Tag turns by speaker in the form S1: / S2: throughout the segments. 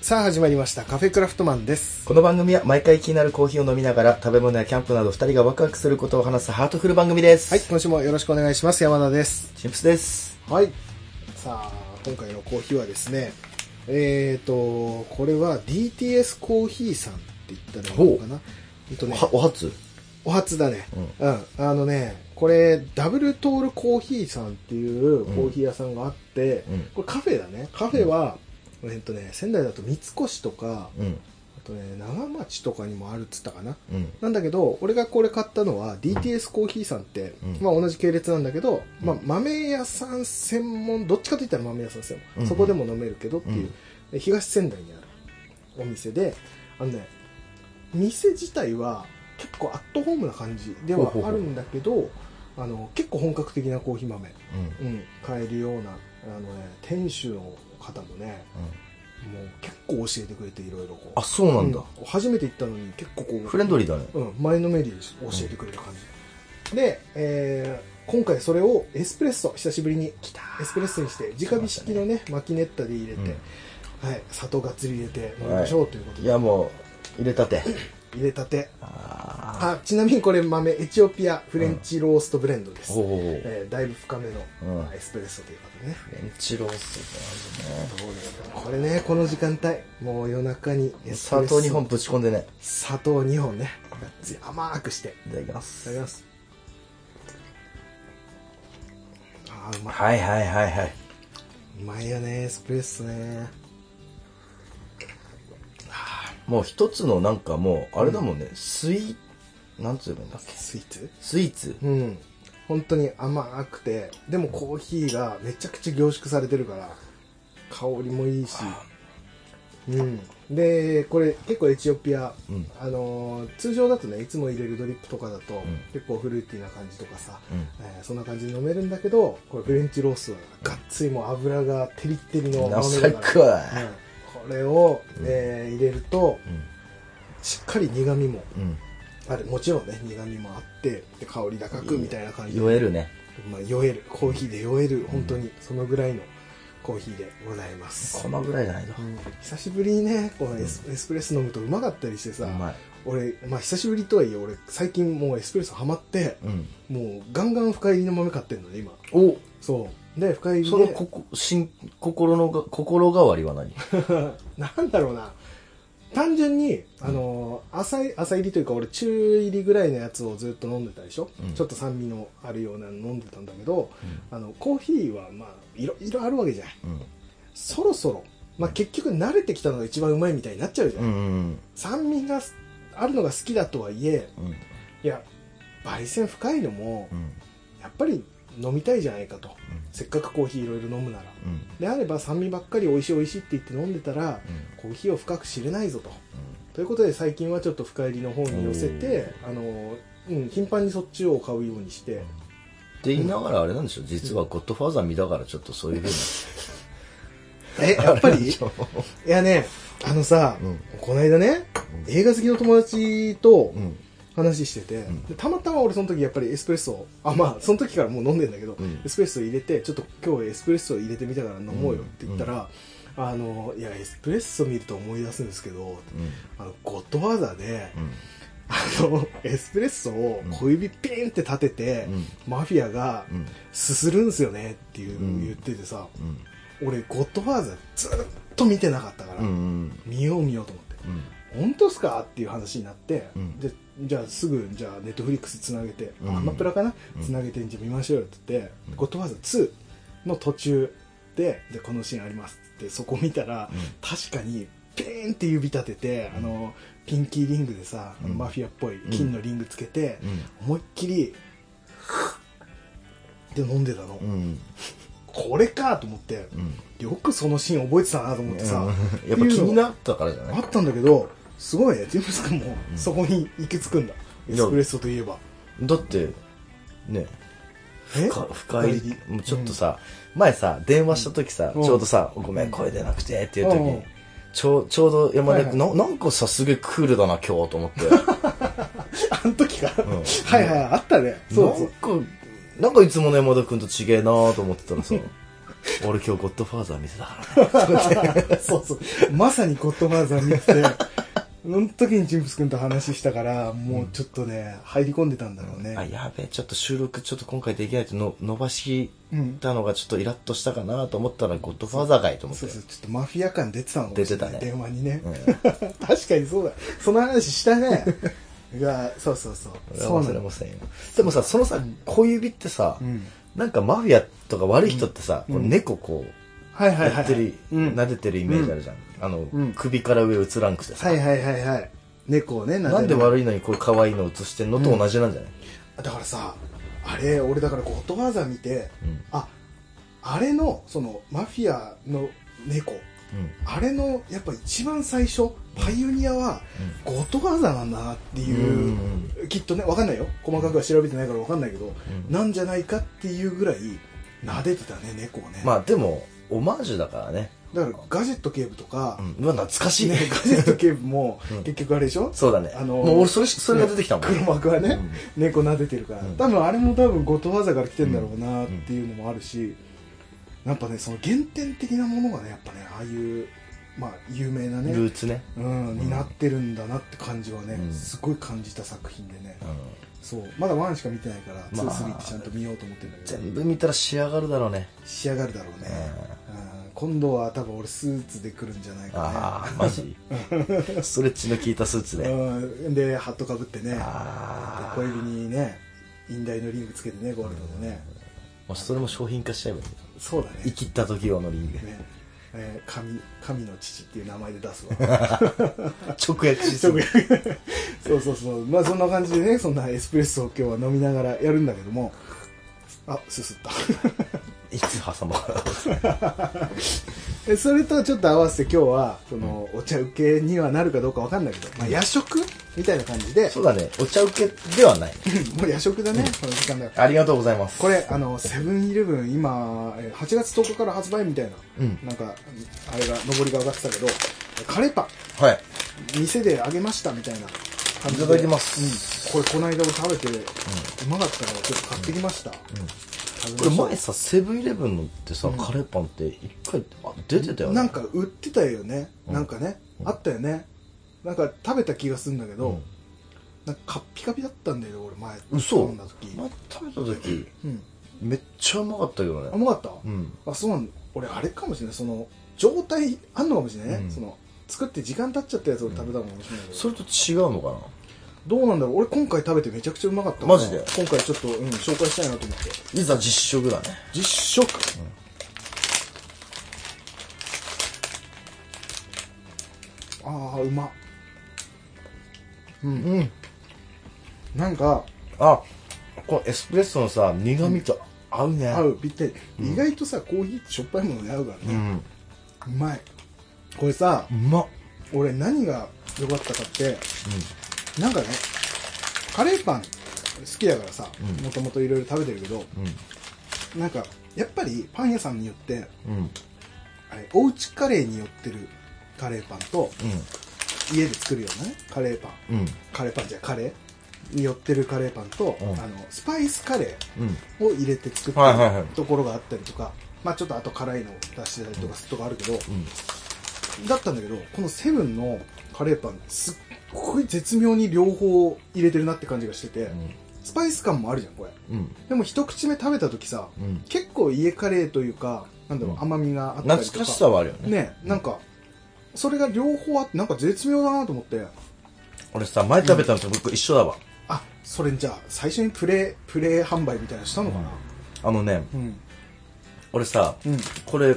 S1: さあ始まりましたカフェクラフトマンです
S2: この番組は毎回気になるコーヒーを飲みながら食べ物やキャンプなど2人がワクワクすることを話すハートフル番組です
S1: はい今週もよろしくお願いします山田です
S2: チンプスです
S1: はいさあ今回のコーヒーはですねえーとこれは DTS コーヒーさんって言ったらいいのかなえっとね
S2: はお初
S1: お初だねうん、あのねこれダブルトールコーヒーさんっていうコーヒー屋さんがあって、
S2: うん
S1: これカフェだねカフェは、えっとね仙台だと三越とか
S2: うん
S1: あとね長町とかにもあるっつったかな
S2: うん
S1: なんだけど、俺がこれ買ったのは DTS コーヒーさんって、
S2: うん
S1: まあ同じ系列なんだけど、
S2: うん
S1: まあ豆屋さん専門、どっちかといったら豆屋さん専門、
S2: うん、
S1: そこでも飲めるけどっていううんで東仙台にあるお店で、あのね、店自体は結構アットホームな感じでは
S2: ほうほうほう
S1: あるんだけど、あの、結構本格的なコーヒー豆、
S2: うん
S1: うん、買えるような、あのね、店主の方もね、もう結構教えてくれていろいろこう。
S2: あそうなんだ、
S1: うん初めて行ったのに結構こう、
S2: フレンドリーだね
S1: うん、前のめりに教えてくれる感じ、で、えー今回それをエスプレッソ久しぶりに
S2: 来た
S1: エスプレッソにして直火式のねマキネッタで入れて、はい、砂糖がっつり入れて飲みましょうということ
S2: い
S1: で、
S2: やもう入れたて
S1: 入れたて
S2: あ
S1: あちなみにこれ豆エチオピアフレンチローストブレンドです、
S2: おおフレ
S1: えーだいぶ深めの、
S2: うん
S1: エスプレッソということでね
S2: ンチローストなんだね
S1: これねこの時間帯もう夜中にエスプレ
S2: 砂
S1: ッソ
S2: 糖2本ぶち込んでね
S1: 砂糖2本ねがっつり甘くして
S2: いただきま
S1: いただ
S2: す
S1: きますあーうまい
S2: はいはいはいはいう
S1: まいよねエスプレッソね
S2: もう一つのなんかもうあれだもんね、スイなんつうばいいんだっけ
S1: スイーツ
S2: スイーツ
S1: うん本当に甘くてでもコーヒーがめちゃくちゃ凝縮されてるから香りもいいしうんでこれ結構エチオピア、
S2: うん
S1: あのー通常だとねいつも入れるドリップとかだと、
S2: ん
S1: 結構フルーティーな感じとかさ、
S2: うん
S1: えーそんな感じで飲めるんだけどこれフレンチロースはがっつりもう油がテリッテリの豆
S2: な
S1: だ
S2: 最
S1: から
S2: 高だね
S1: うんこれを、えー入れると、しっかり苦味も
S2: うん
S1: あるもちろんね苦味もあってで香り高くみたいな感じで
S2: 酔えるね
S1: まあ、酔えるコーヒーで酔える本当にそのぐらいのコーヒーでございます
S2: こ、のぐらいじゃないの
S1: うん久しぶりにねこのエス,、エスプレッソ飲むとうまかったりしてさ
S2: うまい
S1: 俺、まあ、久しぶりとはいえ俺最近もうエスプレッソハマって、
S2: うん
S1: もうガンガン深入りの豆買ってんのね今
S2: お
S1: そうで深入りで
S2: そのここ心心のが心変わりは何
S1: なんだろうな単純に、あのー浅い浅入りというか俺中入りぐらいのやつをずっと飲んでたでしょ、
S2: うん
S1: ちょっと酸味のあるようなの飲んでたんだけど、あのコーヒーはまあいろいろあるわけじゃない
S2: うん
S1: そろそろ、まあ、結局慣れてきたのが一番うまいみたいになっちゃうじゃ、
S2: うんん
S1: 酸味があるのが好きだとはいえ
S2: うんうん
S1: いや焙煎深いのも
S2: うん
S1: やっぱり飲みたいじゃないかと、せっかくコーヒーいろいろ飲むなら
S2: うん
S1: であれば酸味ばっかり美味しい美味しいって言って飲んでたら、
S2: う
S1: コーヒーを深く知れないぞとということで最近はちょっと深入りの方に寄せてあの、うん、頻繁にそっちを買うようにして
S2: って言いながらあれなんでしょ実はゴッドファーザー見ながらちょっとそういうふう
S1: えやっぱり い
S2: な
S1: やねあのさ、
S2: うん
S1: この間ね映画好きの友達と
S2: うん
S1: 話してて、
S2: ん
S1: でたまたま俺その時やっぱりエスプレッソをあまあその時からもう飲んでんだけど、
S2: うん
S1: エスプレッソ入れてちょっと今日エスプレッソ入れてみたから飲もうよって言ったら、あのいやエスプレッソ見ると思い出すんですけど
S2: うん
S1: あのゴッドファーザーで、
S2: うん
S1: あのエスプレッソを小指ピーンって立てて、
S2: うん
S1: マフィアが
S2: うん
S1: すするんすよねっていう、
S2: うん
S1: 言っててさ
S2: うん
S1: 俺ゴッドファーザーずっと見てなかったから、
S2: うんうん
S1: 見よう見ようと思って
S2: うん
S1: 本当っすかっていう話になって、
S2: うん
S1: でじゃあすぐじゃあネットフリックスつなげて、
S2: うん
S1: アマプラかな
S2: うん
S1: つなげてんじゃ見ましょうよって言って「
S2: うん
S1: ゴッドファーザー2」の途中ででこのシーンありますってそこ見たら、
S2: うん
S1: 確かにピーンって指立ててあのピンキーリングでさ、あの
S2: うん
S1: マフィアっぽい金のリングつけて、思いっきりで飲んでたの、
S2: うんうん
S1: これかと思って、
S2: うん
S1: よくそのシーン覚えてたなと思ってさ、
S2: うん やっぱ気になったからじゃな
S1: あ
S2: い
S1: ったんだけど、すごいね、ティムス君もそこに行き着くんだ。
S2: い
S1: エ
S2: や
S1: スプレッソといえば。
S2: だってね
S1: え
S2: 深深入りもうちょっと、さ、前さ電話した時さ、
S1: うん
S2: ちょうどさ「ごめん声出なくて」っていう時に、
S1: うん
S2: ちょうちょうど山田
S1: はい
S2: 君、ななんかさすげえクールだな今日と思って、
S1: うん あの時か。
S2: ん
S1: はい はい、あったね。そうそう。
S2: なんかなんかいつもの山田君と違えなと思ってたらさ俺今日ゴッドファーザー見てたからね。
S1: そうそう。まさにゴッドファーザー見てて、 その時にチンプス君と話したから、もうちょっとね、入り込んでたんだろう
S2: あ、
S1: ね。
S2: やべえ、ちょっと収録ちょっと今回できないとの伸ばし
S1: うん。
S2: たのがちょっとイラッとしたかなと思ったら、ゴッドファーザーかいと思って
S1: そう。そう、ちょっとマフィア感出てたのかもしれない
S2: 出てたね
S1: 電話にね。
S2: うん
S1: 確かにそうだ。その話した ね。が、そうそうそう。
S2: 俺
S1: そ
S2: は
S1: うな
S2: 忘れ
S1: の
S2: ま。せんよ。でもさ、そのさ、小指ってさ
S1: う、ん。
S2: なんかマフィアとか悪い人ってさ、
S1: うん
S2: こう猫こう、
S1: はいはいはい。
S2: やってる、
S1: うん。
S2: 撫でてるイメージあるじゃん。あの
S1: うん、
S2: 首から上映らんくてさ
S1: は。いはいはいはい。猫をね、な
S2: なんで
S1: い
S2: 悪いのにこういう可愛いの映してんのと同じなんじゃない
S1: だからさ、あれ、俺だからゴッドファーザー見て、
S2: うん。
S1: あ、あれの、その、マフィアの猫、
S2: うん。
S1: あれの、やっぱ一番最初、パイオニアは、ゴッドファーザーなんだなって
S2: うん
S1: いう、きっとね、わかんないよ。細かくは調べてないからわかんないけど、
S2: うん
S1: なんじゃないかっていうぐらい、撫でてたね、猫をね。
S2: まあでも、オマージュだからね。
S1: だから、ガジェット警部とか
S2: う、んうわ、懐かしい
S1: ね
S2: ね。
S1: ガジェット警部も
S2: う、ん
S1: 結局あれでしょ
S2: そうだね。
S1: あのー
S2: もう俺、それし、それが出てきたもん。
S1: 黒幕はね、猫撫でてるから、
S2: うん
S1: 多分あれも多分ゴッドファーザーから来てんだろうなっていうのもあるし、やっぱねその原点的なものがねやっぱねああいうまあ有名な
S2: うんル
S1: ね、
S2: ーツね。
S1: うん、になってるんだなって感じはね、
S2: うん
S1: すごい感じた作品でね、
S2: うん
S1: そうまだ1しか見てないから、
S2: まあ
S1: 2、3ってちゃんと見ようと思ってるんだけど
S2: 全部見たら仕上がるだろうね。
S1: 仕上がるだろうね、うん今度は多分俺スーツで来るんじゃない
S2: あ
S1: か
S2: あ、マジ。ストレッチの効いたスーツ
S1: ね
S2: で。
S1: うん、でハットかぶってねで
S2: ああ。
S1: 小
S2: も
S1: 指にね引台のリングつけてねゴールドでね、
S2: うそれも商品化しちゃえばいい。
S1: そうだね
S2: 生きった時用の リング。
S1: ね、えー神神の父っていう名前で出す わ
S2: 直訳し
S1: そうそうそうそうまあそんな感じでねそんなエスプレッソを今日は飲みながらやるんだけどもあすすった
S2: いつ挟もうかな。
S1: えそれとちょっと合わせて今日はその、お茶受けにはなるかどうかわかんないけど、まあ、夜食みたいな感じで
S2: そうだね。お茶受けではない。
S1: もう夜食だね、この時間だから
S2: ありがとうございます。
S1: これあのセブンイレブン今えー8月10日から発売みたいな、
S2: うん
S1: なんかあれが上りが上がってたけどカレーパン
S2: はい。
S1: 店であげましたみたいな感じで
S2: いただきます、
S1: うん、これこの間俺食べて、うまかったからちょっと買ってきました、
S2: こ
S1: 食べ
S2: れ
S1: ました
S2: 前さ、セブンイレブンのってさ、カレーパンって一回、あ、出てたよね。
S1: なんか売ってたよね、なんかね、あったよねなんか食べた気がするんだけど、
S2: うん
S1: なんかカッピカピだったんだよね俺前
S2: 嘘
S1: 飲んだ時、
S2: 前食べた時、
S1: うん
S2: めっちゃうまかったけどね。
S1: 甘かった、
S2: うん。
S1: あそうなん俺あれかもしれないその状態あんのかもしれないね、
S2: うん
S1: その作って時間経っちゃったやつを食べたのかもしれないけど、
S2: それと違うのかな
S1: どうなんだろう俺今回食べてめちゃくちゃうまかったから
S2: マジで
S1: 今回ちょっと、うん、紹介したいなと思って
S2: いざ実食だね。
S1: 実食、ああうまうん
S2: うん。
S1: なんか
S2: あ、このエスプレッソのさ、苦味と合うね。
S1: 合うぴったり、意外とさコーヒーってしょっぱいものに合うから
S2: う
S1: ね、
S2: ん。
S1: うまいこれさ
S2: うまっ。
S1: 俺何が良かったかってなんかねカレーパン好きだからさ
S2: うん
S1: もともといろいろ食べてるけどなんかやっぱりパン屋さんによって
S2: うん。うん。うん。
S1: あれおうちカレーによってるカレーパンと家で作るようなねカレーパン
S2: うん。うん。
S1: カレーパンじゃカレーに寄ってるカレーパンと、
S2: うん
S1: あのスパイスカレ
S2: うん。
S1: ーを入れて作って
S2: はいはいはい
S1: るところがあったりとか、まあちょっとあと辛いのを出してたりとかするとかあるけど、
S2: うん。
S1: だったんだけどこのセブンのカレーパンすっごい絶妙に両方入れてるなって感じがしてて、スパイス感もあるじゃんこれ
S2: うん。
S1: でも一口目食べた時さ
S2: うん。
S1: 結構家カレーというかなんだろう、
S2: うん
S1: 甘みがあったりとか
S2: 懐かしさはあるよね。
S1: ねなんかそれが両方あってなんか絶妙だなと思って
S2: 俺さ、前食べたのと僕一緒だわ。
S1: あそれじゃあ最初にプレイプレイ販売みたいなのしたのかな
S2: あのね、
S1: うん
S2: 俺さ、
S1: うん
S2: これ、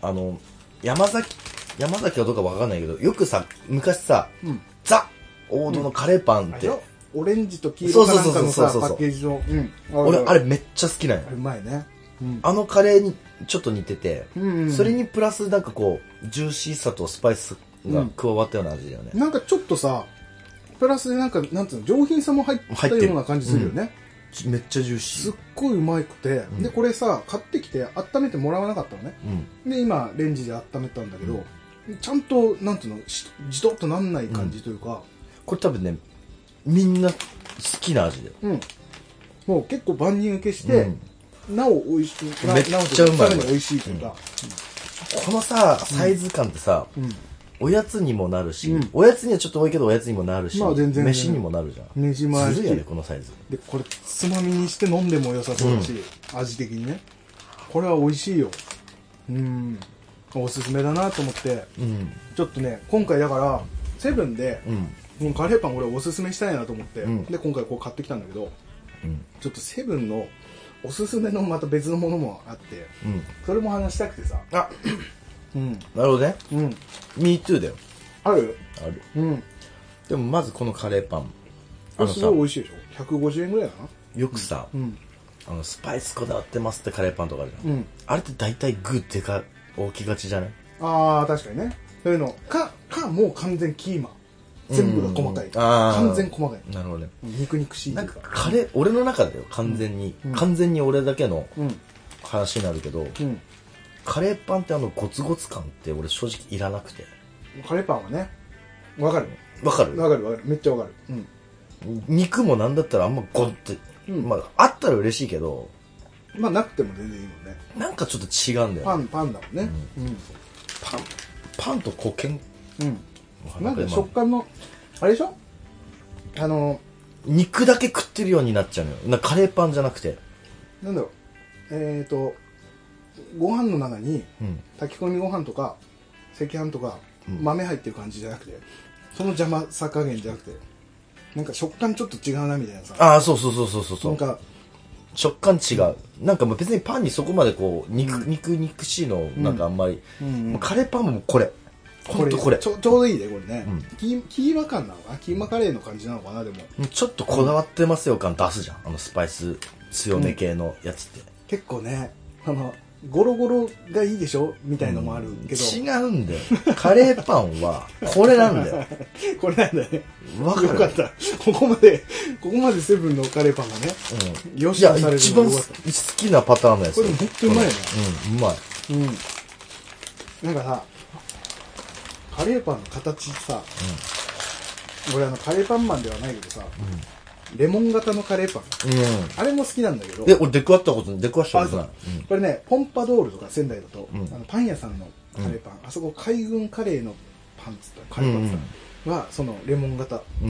S2: あの、山崎、山崎かどうかわかんないけど、よくさ、昔さ、
S1: うん
S2: ザ王道のカレーパン
S1: あ
S2: っ
S1: れ
S2: て、
S1: よオレンジと黄色かなんかの
S2: そう
S1: さ
S2: そうそうそうそう
S1: パッケージのうん
S2: 俺あ
S1: れ
S2: れめっちゃ好きなんよ
S1: あれ。うまいねうん
S2: あのカレーにちょっと似てて、
S1: うんうん
S2: それにプラスなんかこう、ジューシーさとスパイスが加わったような味だよね。
S1: なんかちょっとさプラスでなんかなんつうの上品さも入った
S2: 入ってる
S1: ような感じするよね
S2: めっちゃジュー
S1: す
S2: シ
S1: っ
S2: ー。
S1: ごいうまくて
S2: ん
S1: でこれさ買ってきて温めてもらわなかったのね
S2: うん。
S1: で今レンジで温めたんだけどちゃんとなんつうのしじとっとなんない感じというか
S2: これ多分ね、みんな好きな味だよ。
S1: うんもう結構万人受けして
S2: うん
S1: なお美味しくな
S2: めっちゃうまい
S1: なおさらに美味しいというか、
S2: このさ、サイズ感ってさ、
S1: ん
S2: おやつにもなるし、
S1: うん
S2: おやつにはちょっと多いけど、おやつにもなるし、
S1: まあ全然
S2: 飯にもなるじゃん。
S1: 飯もあるし
S2: ずるいよね、このサイズ。
S1: でこれつまみにして飲んでも良さそうだし、味的にねこれは美味しいようんおすすめだなと思って
S2: うん。
S1: ちょっとね今回だからセブンで、
S2: うん。
S1: このカレーパン俺おすすめしたいなと思って、
S2: うん
S1: で今回こう買ってきたんだけど
S2: うん。
S1: ちょっとセブンのおすすめのまた別のものもあって
S2: うん。
S1: それも話したくてさ
S2: あ、
S1: うん
S2: なるほどね。
S1: うん
S2: MeToo だよ。
S1: ある
S2: ある。
S1: うん
S2: でもまずこのカレーパン。あ
S1: あ
S2: の
S1: す
S2: さ
S1: ごい、美味しいでしょ150円ぐらいかな
S2: よくさ、
S1: うん
S2: あの、スパイスこだわってますってカレーパンとかあるじゃん。
S1: うん
S2: あれって大体グーでか、大きがちじゃない
S1: ああ確かにねそういうのかかもう完全キーマ全部が細かい、
S2: うんあー
S1: 完全細かい
S2: なるほどね。
S1: 肉肉しいと
S2: ないん
S1: う
S2: か
S1: か
S2: カレー、俺の中だよ、完全に。
S1: うん
S2: 完全に俺だけの
S1: うん
S2: 話になるけど、
S1: うん
S2: カレーパンってあのゴツゴツ感って俺正直いらなくて。
S1: カレーパンはねわかる
S2: わかる
S1: わかるわかるめっちゃわかるうん
S2: 肉もなんだったらあんまゴッて、
S1: うん
S2: まああったら嬉しいけど、
S1: まあなくても全然いいもんね
S2: なんかちょっと違うんだ
S1: パ
S2: よね。
S1: ンパンだもんねうん
S2: パン、パンとこけん、
S1: うんなんか食感のあれでしょあの
S2: 肉だけ食ってるようになっちゃうのよ。なカレーパンじゃなくて。
S1: なんだろうえっ、ー、とご飯の中に
S2: うん。
S1: 炊き込みご飯とか赤飯とか
S2: うん
S1: 豆入ってる感じじゃなくて、その邪魔さ加減じゃなくてなんか食感ちょっと違うなみたいなさ
S2: ああ、そうそうそうそうそ
S1: なん
S2: う。
S1: か
S2: 食感違う。なんかもう別にパンにそこまでこう、肉、肉肉しいの、なんかあんまり。
S1: うん
S2: もうカレーパンもこれ。ほんとこれ。
S1: ち
S2: ちょ
S1: ょちょうどいいねこれね、
S2: うん
S1: キーキーマ感なのかなキーマカレーの感じなのかなでも
S2: ちょっとこだわってますよ感出すじゃん。あのスパイス強め系のやつって。
S1: 結構ねあのゴロゴロがいいでしょみたいのもあるけど、
S2: 違うんだよ。カレーパンは、これなんだよ。
S1: これなんだね
S2: わかる
S1: よかったここまでここまでセブンのカレーパンがね
S2: うん。
S1: よ
S2: い
S1: しと
S2: や、
S1: される
S2: 一
S1: のが
S2: 番好
S1: よかっ
S2: きなパターンのやつ。
S1: これほんとうまいよね
S2: うん、うまい。
S1: たうんなんかさカレーパンの形さ、俺あのカレーパンマンではないけどさ、レモン型のカレーパン
S2: う
S1: あれも好きなんだけど
S2: ん。で、俺出くわったこと、出くわした
S1: あ
S2: こと
S1: そう
S2: ない。うん
S1: これねポンパドールとか仙台だと、
S2: うん
S1: あのパン屋さんのカレーパン、あそこ海軍カレーのパンツとかカレーパンツだはそのレモン型
S2: う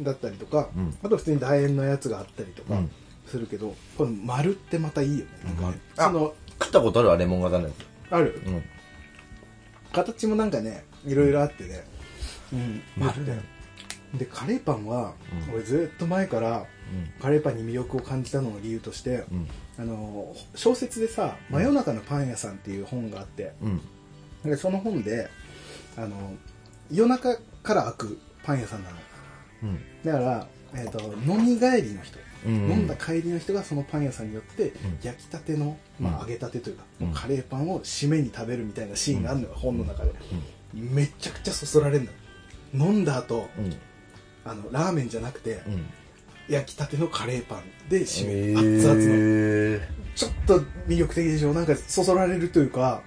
S2: ん。
S1: だったりとか、
S2: うん
S1: あと普通に楕円のやつがあったりとか
S2: うん
S1: するけど、この丸ってまたいいよねなんかねそ
S2: 丸
S1: の
S2: 食ったことあるわ、レモン型のや
S1: ある
S2: つ。うん。
S1: 形もなんかねいろいろあってね、うん、
S2: 丸だよ
S1: でカレーパンは、
S2: うん
S1: 俺ずっと前からカレーパンに魅力を感じたのの理由として、
S2: うん。
S1: あの小説でさ「真夜中のパン屋さん」っていう本があって、
S2: うん。
S1: でその本であの夜中から開くパン屋さんなの
S2: うん。
S1: だから、えー、と飲み帰りの人、
S2: うん
S1: 飲んだ帰りの人がそのパン屋さんによって
S2: ん
S1: 焼きたての、まあ、揚げたてというか、
S2: うん
S1: もうカレーパンを締めに食べるみたいなシーンがあるのよ、本の中で、めちゃくちゃそそられるのよ飲んだ後、
S2: うん。
S1: あのラーメンじゃなくて、
S2: うん。
S1: 焼きたてのカレーパンで締める、熱々の
S2: え
S1: ちょっと魅力的でしょなんかそそられるというか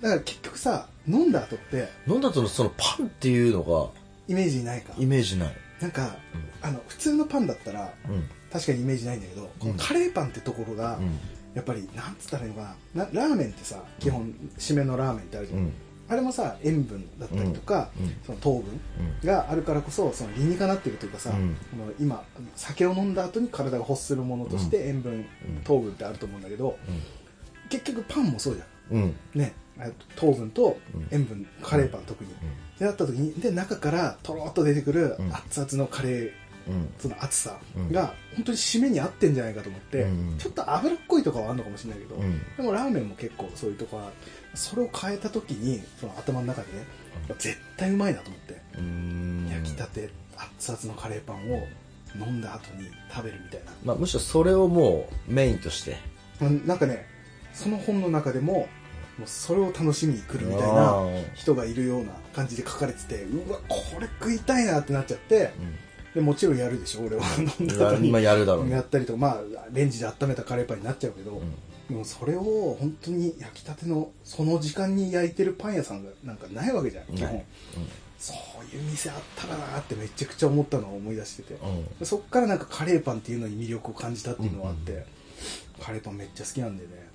S1: だから結局さ飲んだ後って
S2: ー。飲んだとのそのパンっていうの
S1: イメージないか
S2: が、イメージない。
S1: なんか、
S2: う
S1: あの普通のパンだったら
S2: うん。
S1: 確かにイメージないんだけど、このカレーパンってところが、
S2: うん。
S1: やっぱりなんつったらいいのかななラーメンってさ基本締めのラーメンってあるじゃん、
S2: うん
S1: あれもさ塩分だったりとか、
S2: うんうん
S1: その糖分があるからこそその理にかなってるというかさ、
S2: うん
S1: この今酒を飲んだ後に体が欲するものとして塩分、
S2: うん
S1: 糖分ってあると思うんだけど、結局パンもそうじゃん
S2: うん。うん。
S1: ね、えっと糖分と
S2: うん
S1: 塩分、カレーパン特に。ってなった時にで中からとろっと出てくる
S2: うん
S1: 熱々のカレー
S2: うん。
S1: その熱さ
S2: うん
S1: が本当に締めに合ってんじゃないかと思って、
S2: うん
S1: ちょっと脂っこいとかはあるのかもしれないけど、
S2: うん
S1: でもラーメンも結構そういうとこはそれを変えた時にその頭の中でね絶対うまいなと思って、
S2: うん。
S1: 焼きたて熱々のカレーパンを飲んだ後に食べるみたいな
S2: まあ、むしろそれをもうメインとして。
S1: うんなんかねその本の中でももうそれを楽しみに来るみたい
S2: あ
S1: な
S2: ー
S1: 人がいるような感じで書かれててうわこれ食いたいなってなっちゃって
S2: う
S1: でもちろんやるでしょ俺は飲ん
S2: ん。
S1: だ
S2: や
S1: 後に
S2: 今やるだろうね
S1: や。ったりとかまあレンジで温めたカレーパンになっちゃうけど、でもそれを本当に焼きたてのその時間に焼いてるパン屋さんがなんかないわけじゃん基
S2: な
S1: 本、
S2: い
S1: そういう店あったらなーってめちゃくちゃ思ったのを思い出してて、
S2: うん
S1: でそっからなんかカレーパンっていうのに魅力を感じたっていうのはあって、カレーパンめっちゃ好きなんでね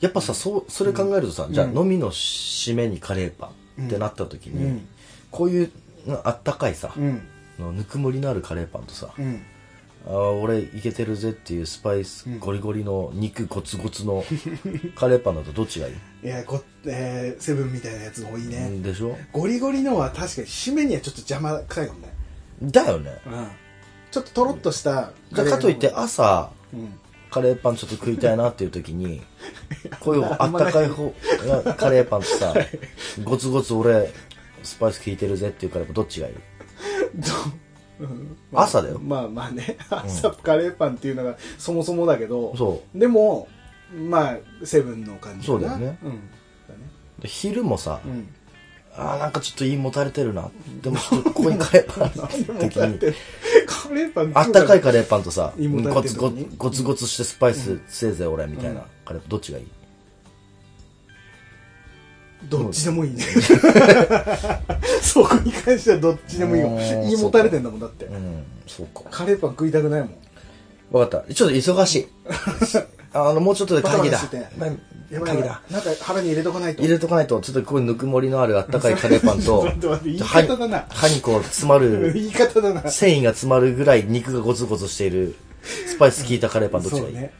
S2: やっぱさ、そう、それ考えるとさ、じゃあ
S1: うん
S2: 飲みの締めにカレーパンってなった時に、
S1: うん
S2: こういうなあったかいさ、
S1: うん
S2: のぬくもりのあるカレーパンとさ、
S1: うん
S2: あー俺いけてるぜっていうスパイス
S1: うん
S2: ゴリゴリの肉ゴツゴ ツのカレーパンだとどっちがいい、
S1: いやこ、えーセブンみたいなやつの多いね、
S2: んでしょ
S1: ゴリゴリのは確かに締めにはちょっと邪魔くさいかもね
S2: だよね。
S1: うんちょっととろっとした
S2: じゃあかといって朝、
S1: うん
S2: カレーパンちょっと食いたいなっていう時 に、こういうあったかい方が カレーパンとさ、ゴツゴツ俺、スパイス効いてるぜっていうカレーパンどっちがいい
S1: まあ
S2: 朝だよ
S1: まあまあね朝カレーパンっていうのがそもそもだけど、
S2: そ
S1: でもまあセブンの感じかな
S2: そうだよね
S1: うんだね
S2: う。で昼もさ、
S1: うん
S2: あーなんかちょっと胃もたれてるな。でもちょっとここにカレーパンある
S1: でも
S2: 時
S1: だっ
S2: に、
S1: てカレーパン
S2: あったかいカレーパンとさ、
S1: 胃もた
S2: ゴ
S1: れて
S2: ツ
S1: る
S2: ゴ
S1: の
S2: ツ
S1: に
S2: ゴツゴツしてスパイスせいぜい俺みたいな
S1: うん
S2: カレーパンどっちがいい
S1: どっちでもいいね そこに関してはどっちでもいいよ
S2: あー
S1: 胃もたれてんだもんだって
S2: うん、そうか。
S1: カレーパン食いたくないもん
S2: わかった。ちょっと忙し い。あの、もうちょっとで会議だ
S1: バタバタして。て
S2: ま
S1: やばい
S2: 会議
S1: や
S2: だ。
S1: ばいなんか腹に入れとかないと
S2: 入れとかないと、ちょっとこういうぬくもりのあるあったかいカレーパン
S1: ちょっと待
S2: と
S1: って待って、言い
S2: 歯に
S1: 方だな
S2: 歯にこう詰ま る、
S1: 言い方だな
S2: 繊維が詰まるぐらい肉がゴツゴツしている、スパイス効いたカレーパンどっち
S1: そ
S2: が
S1: う
S2: いい
S1: ね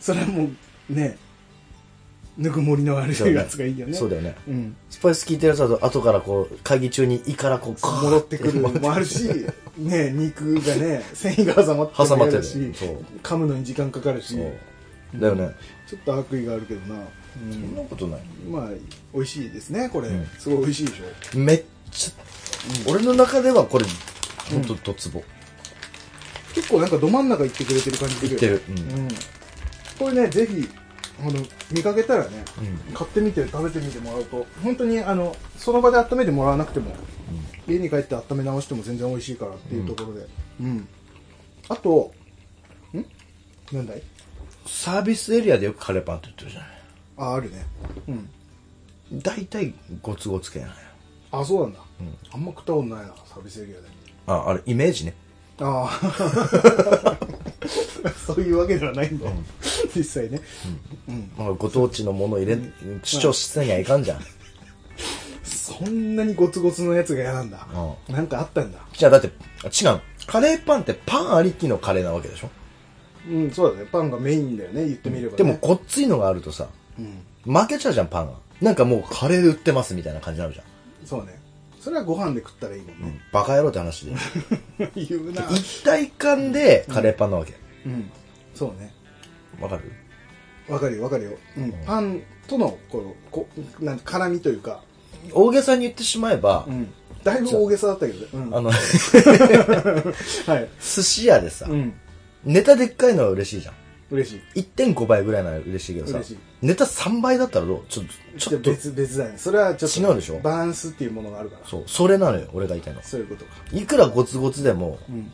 S1: それはもうねぬくもりの悪
S2: そうだ
S1: い
S2: よね
S1: やつがいいよね
S2: そうだよね。
S1: うん
S2: スパイス効いてるやつだと、後からこう、会議中に胃からこう、
S1: 戻ってくるのもある しね肉がね繊維が挟まって
S2: 挟まってる
S1: し
S2: そう
S1: 噛むのに時間かかるし
S2: そうだよね。
S1: ちょっと悪意があるけどな、
S2: そんなことない。
S1: うん、まあ美味しいですねこれ、
S2: ん
S1: すごい美味しいでしょ
S2: めっちゃ、俺の中ではこれ、ほんとドツボ。
S1: 結構なんかど真ん中行ってくれてる感じ
S2: い
S1: で
S2: ってる。うん
S1: うん、これねぜひあの見かけたらね、
S2: う
S1: 買ってみて食べてみてもらうと本当にあのその場で温めてもらわなくても、家に帰って温め直しても全然美味しいからっていうところでうん、あとんなんだい
S2: サービスエリアでよくカレーパンって言ってるじゃない。
S1: ああるねうん
S2: 大体ゴツゴツ系なのよ
S1: あそうなんだ、あんま食ったことないなサービスエリアで
S2: ああれイメージね
S1: ああ そういうわけではないんだ、実際ね、
S2: なんかご当地のもの入れ、主張しなきゃいかんじゃん、
S1: そんなにゴツゴツのやつが嫌なんだ、なんかあったんだ
S2: じゃあだって違うカレーパンってパンありきのカレーなわけでしょ、
S1: うん、そうだね。パンがメインだよね、言ってみれば、ね。
S2: でも、ごっついのがあるとさ
S1: うん、
S2: 負けちゃうじゃんパンがなんかもうカレーで売ってますみたいな感じになるじゃん、
S1: そうね。それはご飯で食ったらいいもんね。
S2: バカ野郎って 話で
S1: 言うな。
S2: 一体感でカレーパンなわけ
S1: うん。そうね。
S2: わかる
S1: わかるよ、わかるよ。うん。パンとの、この、こなんて絡みというか、
S2: 大げさに言ってしまえば、
S1: うん。だいぶ大げさだったけど、うん。
S2: あの
S1: はい。
S2: 寿司屋でさ、
S1: うん。
S2: ネタでっかいのは嬉しいじゃん
S1: 嬉しい。
S2: 1.5倍ぐらいなら嬉しいけどさ
S1: 嬉しい
S2: ネタ3倍だったらどうちょち
S1: じゃ
S2: ょっ
S1: あ
S2: と
S1: 別、別だね。それはちょっと、
S2: 違うでしょ
S1: バランスっていうものがあるから。
S2: そう、それなのよ、俺が言いたいの。
S1: そういうことか。
S2: いくらゴツゴツでも、
S1: うん。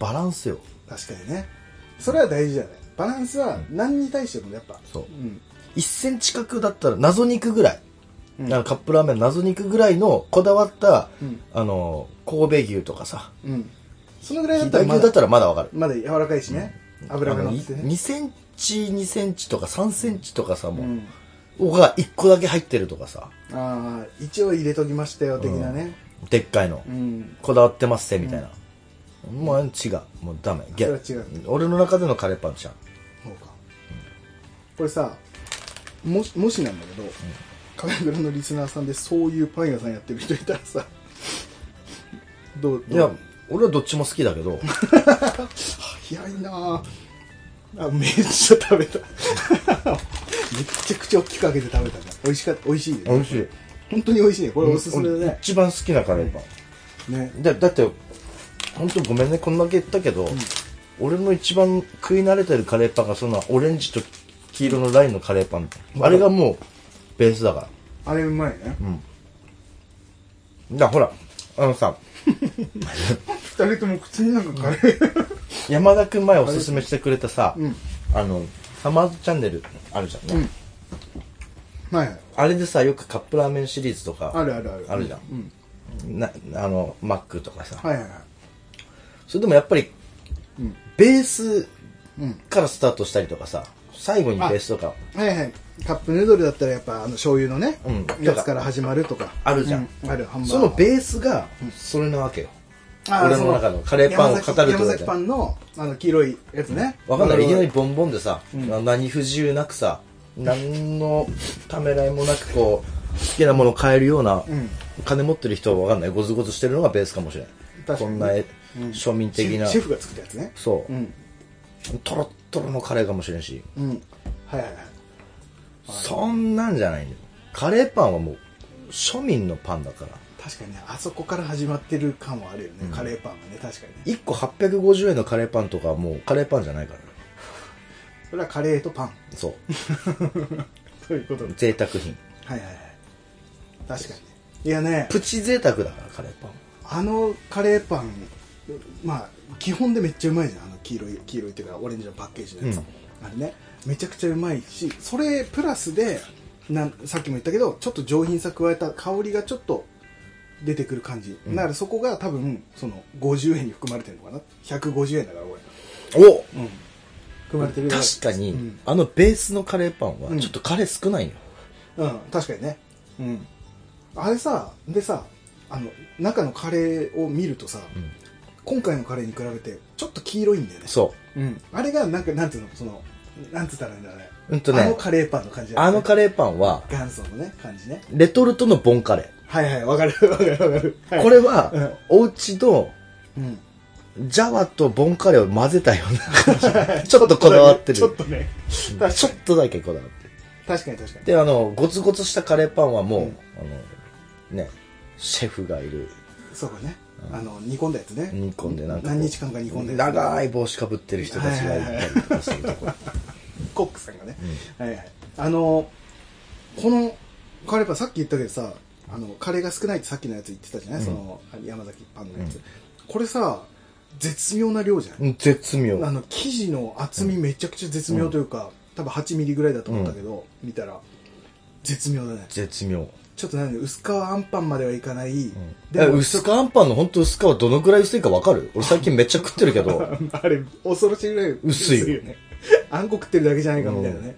S2: バランスよ。
S1: 確かにね。それは大事だね。バランスは何に対してもやっぱ。
S2: そう
S1: うん。
S2: 1センチ角だったら、謎肉ぐらい。
S1: うん
S2: なんかカップラーメンの謎肉ぐらいの、こだわった、
S1: うん
S2: あの、神戸牛とかさ、
S1: うん。そのぐらいだ
S2: 飛
S1: った
S2: 騨
S1: らま
S2: 牛だっ
S1: だ、
S2: たらまだわかる。
S1: まだ柔らかいしね。油が乗ってね。
S2: 2センチ、2センチとか3センチとかさ、もう、
S1: うん
S2: が1個だけ入ってるとかさ、
S1: ああ一応入れときましたよ的なね
S2: でっかいの
S1: う、ん、
S2: こだわってますって、みたいな。もうあれ違う。もうダメ。ゲ
S1: それは違う
S2: 俺の中でのカレーパンちゃん。
S1: そうかこれさもしもしなんだけど、神楽のリスナーさんでそういうパン屋さんやってる人いたらさどう
S2: い
S1: どう
S2: や、俺はどっちも好きだ けど、
S1: 早いなああめっちゃ食べた めっちゃ口大きく開けて食べたね美味しかった美味しいね
S2: 美味しい。
S1: 本当に美味しいねこれおすすめだね、
S2: 一番好きなカレーパン、
S1: ね
S2: だだって本当ごめんねこんだけ言ったけど、俺の一番食い慣れてるカレーパンがそのオレンジと黄色のラインのカレーパンあれがもうベースだから
S1: あれうまいね、
S2: だからほらあのさ
S1: 二人とも口の中カレー、
S2: 山田君前おすすめしてくれたさ、
S1: うん
S2: あのサマーズチャンネルあるじゃんね、
S1: うん はいはい
S2: あれでさよくカップラーメンシリーズとか
S1: あるあるある
S2: あるじゃん、
S1: うん
S2: なあのマックとかさ、
S1: はいはいはい
S2: それでもやっぱり、ベース
S1: うん
S2: からスタートしたりとかさ、最後にベースとか
S1: はいはいカップヌードルだったらやっぱあの醤油のね、
S2: うん
S1: やつから始まるとか
S2: あるじゃん。
S1: うんあるハンバーガー
S2: そのベースが、それなわけよ。
S1: あー
S2: 俺の中のカレーパンを語るってことだよ
S1: 山
S2: ね
S1: 崎山崎パンのあの黄色いやつね
S2: わかんない。いきなり
S1: う
S2: ボンボンでさ、何不自由なくさ、何のためらいもなくこう、好きなものを買えるような、
S1: ん
S2: 金持ってる人はわかんない。ゴツゴツしてるのがベースかもしれない。
S1: 確か
S2: こ
S1: に
S2: ん
S1: ね
S2: な、え
S1: うん
S2: 庶民的な
S1: シェフシ、ェフが作ったやつね
S2: そう、
S1: うん
S2: トロットロのカレーかもしれんし、
S1: うんはいはいはい
S2: そんなんじゃないんだよ。カレーパンはもう、庶民のパンだから。
S1: 確かにねあそこから始まってる感はあるよね、カレーパンがね確かにね
S2: 1個850円のカレーパンとかはもうカレーパンじゃないからね。
S1: それはカレーとパン
S2: そう。
S1: という ことで
S2: 贅沢品。
S1: はいはいはい確かにねいやね
S2: プチ贅沢だからカレーパン
S1: あのカレーパンまあ基本でめっちゃうまいじゃんあの黄色い黄色いっていうかオレンジのパッケージのやつ、
S2: うん
S1: あれねめちゃくちゃうまいしそれプラスでなんさっきも言ったけどちょっと上品さ加えた香りがちょっと出てくる感じ、だからそこが多分その50円に含まれてるのかな150円だから俺
S2: お
S1: 含まれてる
S2: 確かに、
S1: うん
S2: あのベースのカレーパン
S1: う
S2: は
S1: ん
S2: ちょっとカレー少ないよ、
S1: うん確かにねうんあれさでさあの中のカレーを見るとさ、
S2: ん
S1: 今回のカレーに比べてちょっと黄色いんだよね
S2: そ
S1: うん、あれがなんかなんつうのそのなんつったらいいんだろうね,、
S2: ううんとね
S1: あのカレーパンの感じだ
S2: あ
S1: よね
S2: のカレーパンは
S1: 元祖のね感じね
S2: レトルトのボンカレ
S1: はいはいわかる わかるわかる、
S2: ー、
S1: はい
S2: これはお家の
S1: うん、
S2: ジャワとボンカレーを混ぜたような感 じちょっとこだわってる
S1: ちょっとね
S2: う
S1: ちょ
S2: ん
S1: っとね
S2: ちょっとだけこだわってる
S1: 確かに確かに
S2: であのゴツゴツしたカレーパンはもう、あのねシェフがいる
S1: そうかね、あの煮込んだやつね
S2: 煮込んでなんかこう
S1: 何日間か煮込んで
S2: 長
S1: い
S2: い帽子かぶってる人たちがいたりとかするとこ
S1: コックさんがね、はいはいあのこのカレーパンさっき言ったけどさあのカレーが少ないってさっきのやつ言ってたじゃない、その山崎パンのやつ、これさ絶妙な量じゃない、
S2: うん絶妙
S1: あの生地の厚みめちゃくちゃ絶妙というか、多分8ミリぐらいだと思ったけど、見たら絶妙だね
S2: 絶妙
S1: ちょっと何薄皮あんパンまではいかない、
S2: え薄皮あんパンの本当薄皮はどのぐらい薄いかわかる俺最近めっちゃ食ってるけ ど
S1: あれ恐ろしいぐらい
S2: 薄いよ
S1: ね あんこ食ってるだけじゃないかみたいなね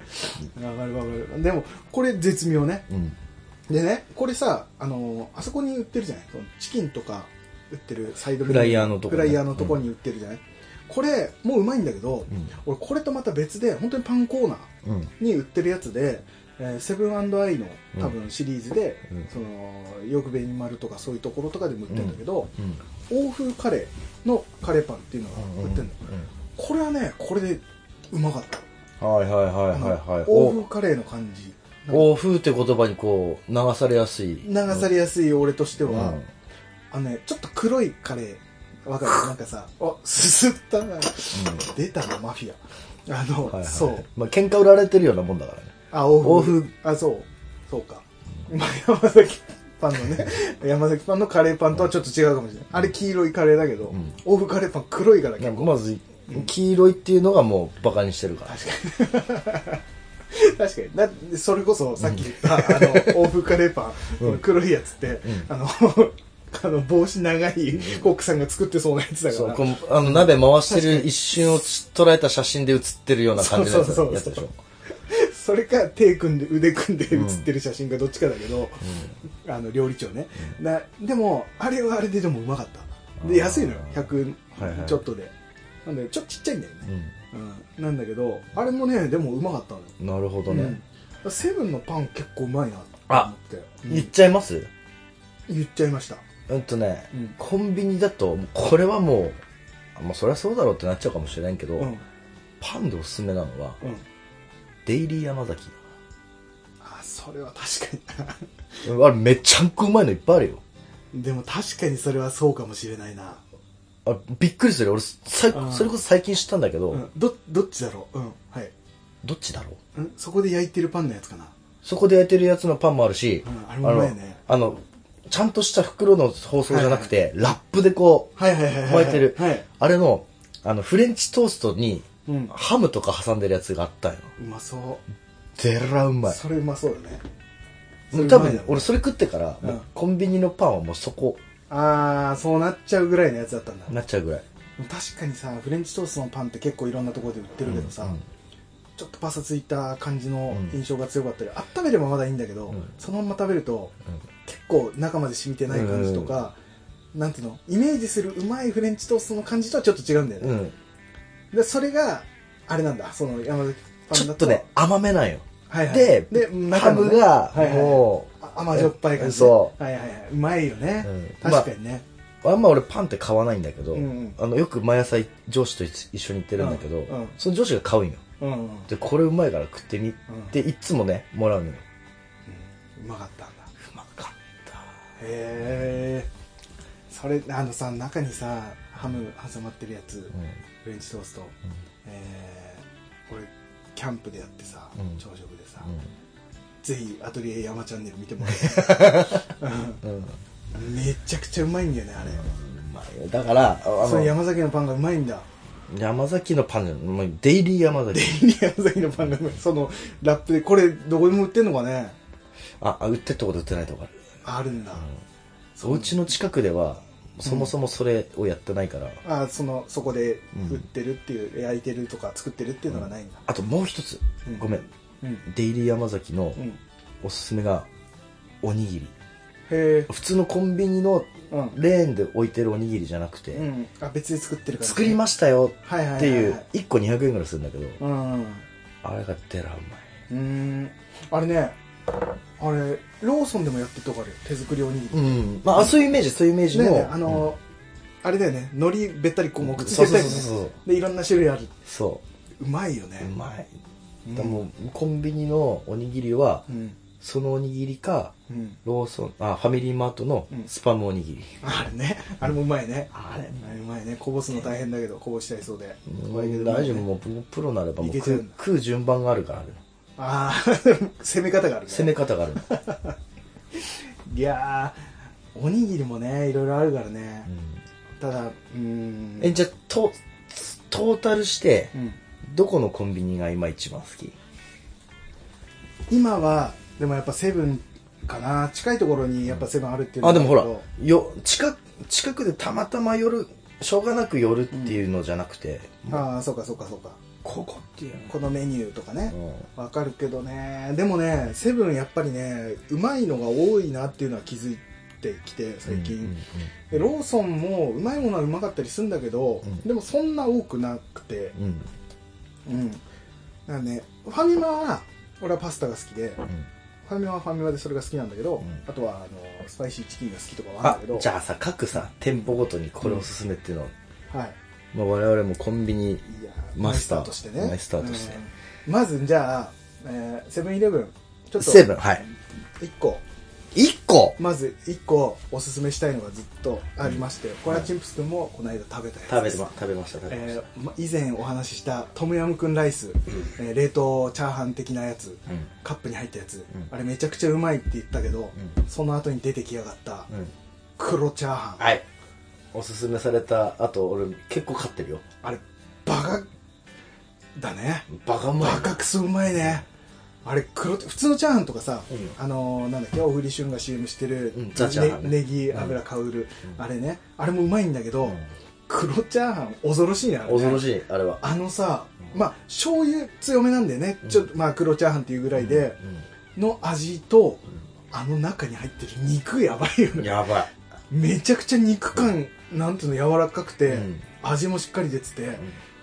S1: わ、かるわかるでもこれ絶妙ね
S2: うん
S1: でねこれさあのーあそこに売ってるじゃないそのチキンとか売ってるサイドメニュ
S2: フライヤーのとこね
S1: フライヤーのとこに売ってるじゃない、これもううまいんだけど、
S2: ん
S1: 俺これとまた別で本当にパンコーナー、
S2: うん
S1: に売ってるやつで、えーセブンアイの多分シリーズで、
S2: うん
S1: そのよくベニマルとかそういうところとかでも売ってるんだけど、
S2: うん
S1: 欧風カレーのカレーパンっていうのが売ってるの、これはねこれでうまかった、
S2: はいはいはいはいはい
S1: あの欧
S2: お
S1: 風カレーの感じ
S2: お風って言葉にこう流されやすい
S1: 流されやすい俺として
S2: うん
S1: は、あのねちょっと黒いカレーわかるなんかさあすすったな出たなマフィアあの、
S2: はいはい
S1: そう
S2: まあ喧嘩売られてるようなもんだからね
S1: あ、欧風。
S2: 欧風
S1: あ、そう。そうか。まあ、山崎パンの ね、山崎パンのカレーパンとはちょっと違うかもしれない。あれ黄色いカレーだけど、
S2: ん
S1: 欧風カレーパン黒いから 結
S2: なんか
S1: 構。
S2: まず黄色いっていうのがもうバカにしてるから
S1: 確かに。だってそれこそさっき言った、あ の、欧風カレーパン、黒いやつって、あの、 あの帽子長いコックさんが作ってそうなやつだか
S2: そう
S1: ら。
S2: こうあの鍋回してる一瞬を捉えた写真で写ってるような感じのやつ
S1: そうそうそう
S2: やつでしょ
S1: それか手組んで腕組んで写ってる写真かどっちかだけど、あの料理長ね、なでもあれはあれででもうまかったで
S2: あー
S1: 安いのよ100
S2: はいはい
S1: ちょっとで、なんでちょっとちっちゃいんだよね、うんなんだけどあれもねでもうまかったのよ、
S2: うんなるほど
S1: う
S2: ね
S1: んセブンのパン結構うまいなと思って、うん
S2: 言っちゃいます
S1: 言っちゃいました
S2: うんとね、
S1: うん
S2: コンビニだともうこれはもうあまあそりゃそうだろうってなっちゃうかもしれないけど、
S1: うん、うん、
S2: パンでおすすめなのはデイリー山崎
S1: あそれは確か
S2: あれめちゃんこうまいのいっぱいあるよ
S1: に でも確かにそれはそうかもしれないな、
S2: あびっくりするよ俺さい
S1: うん
S2: それこそ最近知ったんだけど、
S1: うん、どどっちだろううんはい
S2: どっちだろうん
S1: そこで焼いてるパンのやつかな
S2: そこで焼いてるやつのパンもあるし、
S1: うんあれもうまいね
S2: あのあのちゃんとした袋の包装じゃなくて、ラップでこう
S1: はいはいはいはいはい
S2: 巻いてる、
S1: はい
S2: あれのあのフレンチトーストに
S1: うん
S2: ハムとか挟んでるやつがあったよ
S1: うまそ
S2: でらう
S1: う、
S2: まい
S1: それうまそうよね
S2: も
S1: それ
S2: う多
S1: うまい
S2: 分
S1: な
S2: 俺それ食ってから、
S1: う
S2: もう
S1: ん
S2: コンビニのパンはもうそこ
S1: ああそうなっちゃうぐらいのやつだったんだ
S2: なっちゃうぐらい
S1: 確かにさフレンチトーストのパンって結構いろんなところで売ってるけどさ、
S2: うんうん
S1: ちょっとパサついた感じの
S2: うん
S1: 印象が強かったり、温めればまだいいんだけど、
S2: うん
S1: そのまんま食べると
S2: うん
S1: 結構中まで染みてない感じとか、なんていうのイメージするうまいフレンチトーストの感じとはちょっと違うんだよね、
S2: うん、
S1: でそれがあれなんだその山崎パン
S2: ちょ
S1: だ
S2: っとね、甘めなんよ。
S1: はいはい、
S2: で、
S1: で
S2: ハ
S1: 中の
S2: ム
S1: ね
S2: が
S1: はい、はい
S2: も
S1: あ甘じょっぱい感じ、ね、
S2: そう
S1: はいはいはいうまいよね、
S2: うん
S1: 確かにね、
S2: う、あんま俺パンって買わないんだけど、
S1: うんうん
S2: あの、よく毎朝上司と一緒に行ってるんだけど、
S1: うんうん
S2: その上司が買うんよ。
S1: うんうん、
S2: で、これうまいから食ってみって、いつもね、もらうのよ。
S1: うまかったんだ
S2: うまかった。
S1: へえそれあのさ中にさハム挟まってるやつ、
S2: うん。
S1: フレンチトースト、えー、俺キャンプでやってさ、
S2: うん
S1: 朝食でさ、
S2: う
S1: ぜひアトリエ山チャンネル見てもらえ
S2: ん。うん。う
S1: うんめちゃくちゃうまいんだよねあれ、
S2: まいよ。だから、ああ
S1: それ
S2: の、
S1: 山崎のパンがうまいんだ
S2: 山崎のパンじゃないもうデイリー山崎。
S1: 山崎のパンがうまいそのラップでこれどこでも売ってんのかね
S2: あ、あ売ってるとこで売ってないとこある。
S1: あるんだ、
S2: お家の近くでは、そもそもそれをやってないから、
S1: あそのそこで
S2: うん
S1: 売ってるっていう、焼いてるとか作ってるっていうのがないんだ
S2: あともう一つ、
S1: うん
S2: ごめん
S1: うん、
S2: デイリー山崎の
S1: うん、へ
S2: おすすめがおにぎり
S1: え
S2: 普通のコンビニの
S1: うん、
S2: レーンで置いてるおにぎりじゃなくて、
S1: うん、あ別で作ってるから、
S2: 作りましたよ
S1: はいはい
S2: っ
S1: は
S2: て
S1: い、
S2: いう
S1: はい、
S2: 1個200円ぐらいするんだけど、
S1: うんうん
S2: あれがデラう
S1: うーんあれねあれローソンでもやってるとこあるよ手作りおにぎり、
S2: まいうんまあ、そういうイメージそういうイメージ
S1: ねえ
S2: の、
S1: ねえあの、あれだよね海苔べったりこうもくっつ
S2: そう
S1: け
S2: そ
S1: た
S2: う
S1: よ
S2: そ
S1: ね
S2: うそう
S1: でいろんな種類ある
S2: そう
S1: まいよね
S2: ううまい、
S1: うん
S2: でもコンビニのおにぎりは、
S1: うん
S2: そのおにぎりか
S1: うん
S2: ローソンあファミリーマートの
S1: うん
S2: スパムおにぎり、
S1: あれねあれもうまいね
S2: あれ
S1: あれうまいねこぼすの大変だけどこぼしちゃいそうで怖いけど
S2: 大丈夫
S1: うまいね
S2: もうプロになればもう
S1: いけちゃう
S2: 食うん
S1: だ
S2: 食う順番があるからね
S1: ああ 攻め方があるね
S2: 攻め方があ るの、
S1: いやーおにぎりもねいろいろあるからね、ただうーん
S2: えじゃあとトータルして
S1: うん
S2: どこのコンビニが今一番好き
S1: 今はでもやっぱセブンかな近いところにやっぱセブンあるっていうの
S2: あでもほら
S1: あるけ
S2: よ近く近くでたまたま寄るしょうがなく寄るっていうのじゃなくて、
S1: どああそうかそうかそうか
S2: ここっていう
S1: このメニューとかね
S2: の、
S1: わかるけどねでもねセブンやっぱりねうまいのが多いなっていうのは気づいてきて最近、
S2: うんうんうん
S1: でローソンもうまいものはうまかったりするんだけど、
S2: うん
S1: でもそんな多くなくて
S2: う
S1: う
S2: ん
S1: んだからねファミマは俺はパスタが好きで、ファミマはファミマでそれが好きなんだけど、
S2: うん
S1: あとはあのスパイシーチキンが好きとかはある
S2: あ
S1: んだけど
S2: じゃあさ各さ店舗ごとにこれおすすめっていうのを、
S1: はい
S2: まあ、我々もコンビニ
S1: いや
S2: マスター
S1: としてね
S2: マスターとして
S1: うんまずじゃあえーセブンイレブンちょっと
S2: セブンはい
S1: 1個
S2: 1個
S1: まず1個おすすめしたいのがずっとありまして、これはチンプス君もこの間食べたやつ
S2: 食べ
S1: て
S2: てま食べました食べまし
S1: え
S2: た、
S1: ーま以前お話ししたトムヤムクンライス、えー冷凍チャーハン的なやつ、
S2: うん
S1: カップに入ったやつ、
S2: うん
S1: あれめちゃくちゃうまいって言ったけど、
S2: うん
S1: その後に出てきやがった
S2: うん
S1: 黒チャーハン、
S2: はいおすすめされたあと俺結構買ってるよ
S1: あれバカだね
S2: バカうまい
S1: バカクソうまいねあれ黒普通のチャーハンとかさ、
S2: うん
S1: あのーなんだっけ小栗旬が CM してる、
S2: うんザチャーハンね
S1: ねネギ油香る、
S2: うん
S1: あれねあれもうまいんだけど、
S2: うん
S1: 黒チャーハン恐ろしいねあれね
S2: 恐ろしいあれは
S1: あのさまあ醤油強めなんだよね、ちょっとまあ黒チャーハンっていうぐらいで、の味とあの中に入ってる肉やばいよ
S2: うん
S1: ね
S2: やばい
S1: めちゃくちゃ肉感、なんていうの柔らかくて、
S2: うん
S1: 味もしっかり出てて、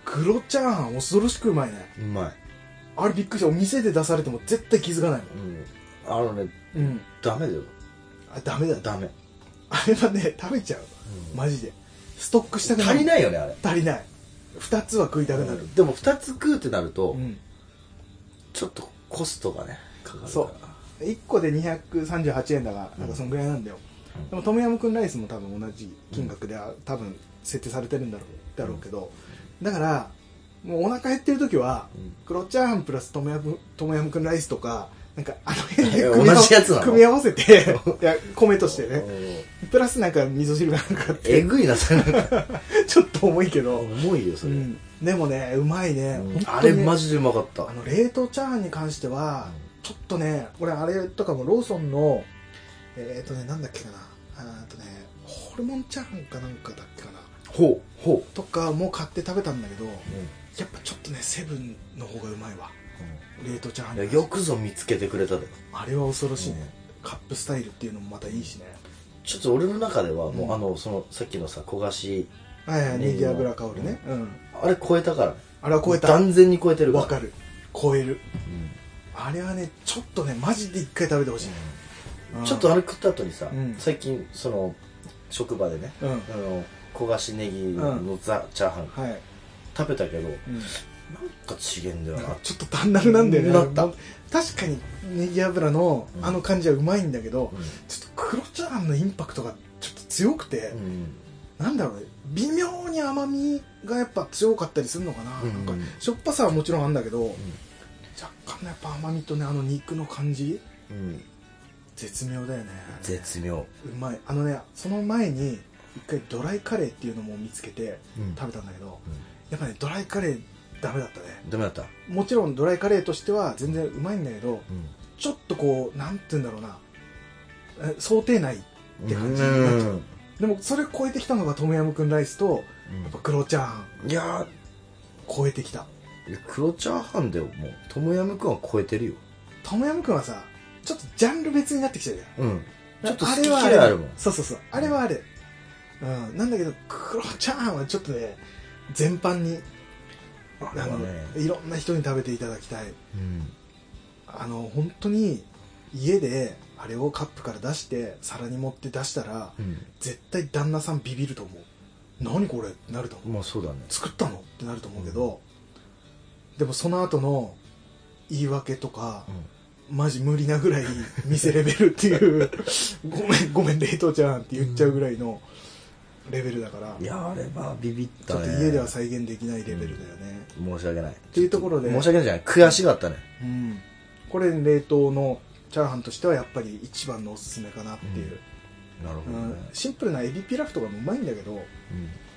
S1: 黒チャーハン恐ろしくうまいね
S2: うまい、
S1: あれびっくりしたお店で出されても絶対気づかないも
S2: うん、あのね
S1: んうん
S2: ダメだよ
S1: あダメだ
S2: ダメ
S1: あれはね食べちゃう、マジでストックしたくなる
S2: 足りないよねあれ
S1: 足りない2つは食いたくなる、
S2: でも2つ食うってなると、
S1: うん
S2: ちょっとコストがねかかるから
S1: そう1個で238円だがなんかそのぐらいなんだよ、
S2: うん
S1: でもトムヤムクンライスも多分同じ金額で、あ多分設定されてるんだろうだろうけどだからもうお腹減ってる時は、
S2: うん
S1: 黒チャーハンプラストムヤムトムヤムクンライスとかなんかあの辺
S2: い
S1: で
S2: や
S1: 組み合わ
S2: 同じやつなの
S1: 組み合わせ ていや米としてね
S2: うん
S1: プラスなんか味噌汁がなんかあって
S2: えぐいなそれなんか
S1: ちょっと重いけど、
S2: 重いよそうれ、
S1: ん、でもねうまいね、
S2: う
S1: 本
S2: ん
S1: 当に
S2: あれマジでうまかった
S1: あの冷凍チャーハンに関しては、
S2: う
S1: ちょっとね俺あれとかもローソンのえっ、ー、とねなんだっけかなあーとねホルモンチャーハンかなんかだっけかな
S2: ほうほ
S1: とかも買って食べたんだけど、やっぱちょっとねセブンの方がうまいわ冷凍チャーハン
S2: いやよくぞ見つけてくれたで
S1: あれは恐ろしいね、カップスタイルっていうのもまたいいしね
S2: ちょっと俺の中ではもう、あのそのさっきのさ焦がし
S1: はいはいネギ油香るねうん、
S2: あれ超えたからね
S1: あれは超えた
S2: 断然に超えてる
S1: わか
S2: る、
S1: る超える
S2: うん
S1: あれはねちょっとねマジで一回食べてほしい、うん
S2: ちょっとあれ食った後にさ、
S1: うん
S2: 最近その職場でね、
S1: うん
S2: あの焦がしネギのザ、チャーハン
S1: はい、
S2: 食べたけど、
S1: うん
S2: なんか違えんだよ
S1: なん
S2: な
S1: かちょっと単なるなんだよね
S2: なった
S1: あの確かにネギ油のあの感じはうまいんだけど、
S2: うん
S1: ちょっと黒チャーハンのインパクトがちょっと強くて、
S2: うん
S1: なんだろうね微妙に甘みがやっぱ強かったりするのかな,、
S2: うん
S1: なんかしょっぱさはもちろんあるんだけど、若干のやっぱ甘みとねあの肉の感じ
S2: うん
S1: 絶妙だよね
S2: 絶妙
S1: うまいあのねその前に一回ドライカレーっていうのも見つけて
S2: うん
S1: 食べたんだけど、
S2: うん
S1: やっぱねドライカレーダメだったね
S2: ダメだった、
S1: もちろんドライカレーとしては全然うまいんだけど、
S2: う
S1: ちょっとこうなんて言うんだろうなえ想定内って感じになっちゃう、
S2: ん
S1: でもそれ超えてきたのがトムヤムクンライスとやっぱ黒チャーハン
S2: いや
S1: 超えてきた
S2: ーいや黒チャーハンでもうトムヤムクンは超えてるよ
S1: トムヤムクンはさちょっとジャンル別になってきちゃうじゃん
S2: うんちょっと好
S1: あ
S2: き
S1: れは
S2: 嫌いあるもん
S1: そうそうそうあれはあれ、うん、なんだけど黒チャーハンはちょっとね全般にあ
S2: れは
S1: の、
S2: ね
S1: いろんな人に食べていただきたい
S2: うん
S1: あの本当に家であれをカップから出して皿に盛って出したら、
S2: うん
S1: 絶対旦那さんビビると思う何これってなると思う
S2: まあそうだね
S1: 作ったのってなると思うけど、でもその後の言い訳とか、マジ無理なぐらい店レベルっていうごめんごめん冷凍ちゃんって言っちゃうぐらいのレベルだから、
S2: い
S1: ち
S2: やあれはビビっ
S1: ょ
S2: た
S1: っ
S2: ね
S1: と家では再現できないレベルだよね、
S2: 申し訳ないって
S1: いうところで
S2: 申し訳ないじゃない悔しがったね
S1: うんこれ冷凍のチャーハンとしてはやっぱり一番のおすすめかなっていう、
S2: なるほ
S1: う
S2: ど
S1: ん
S2: ね
S1: シンプルなエビピラフとかもうまいんだけど
S2: うん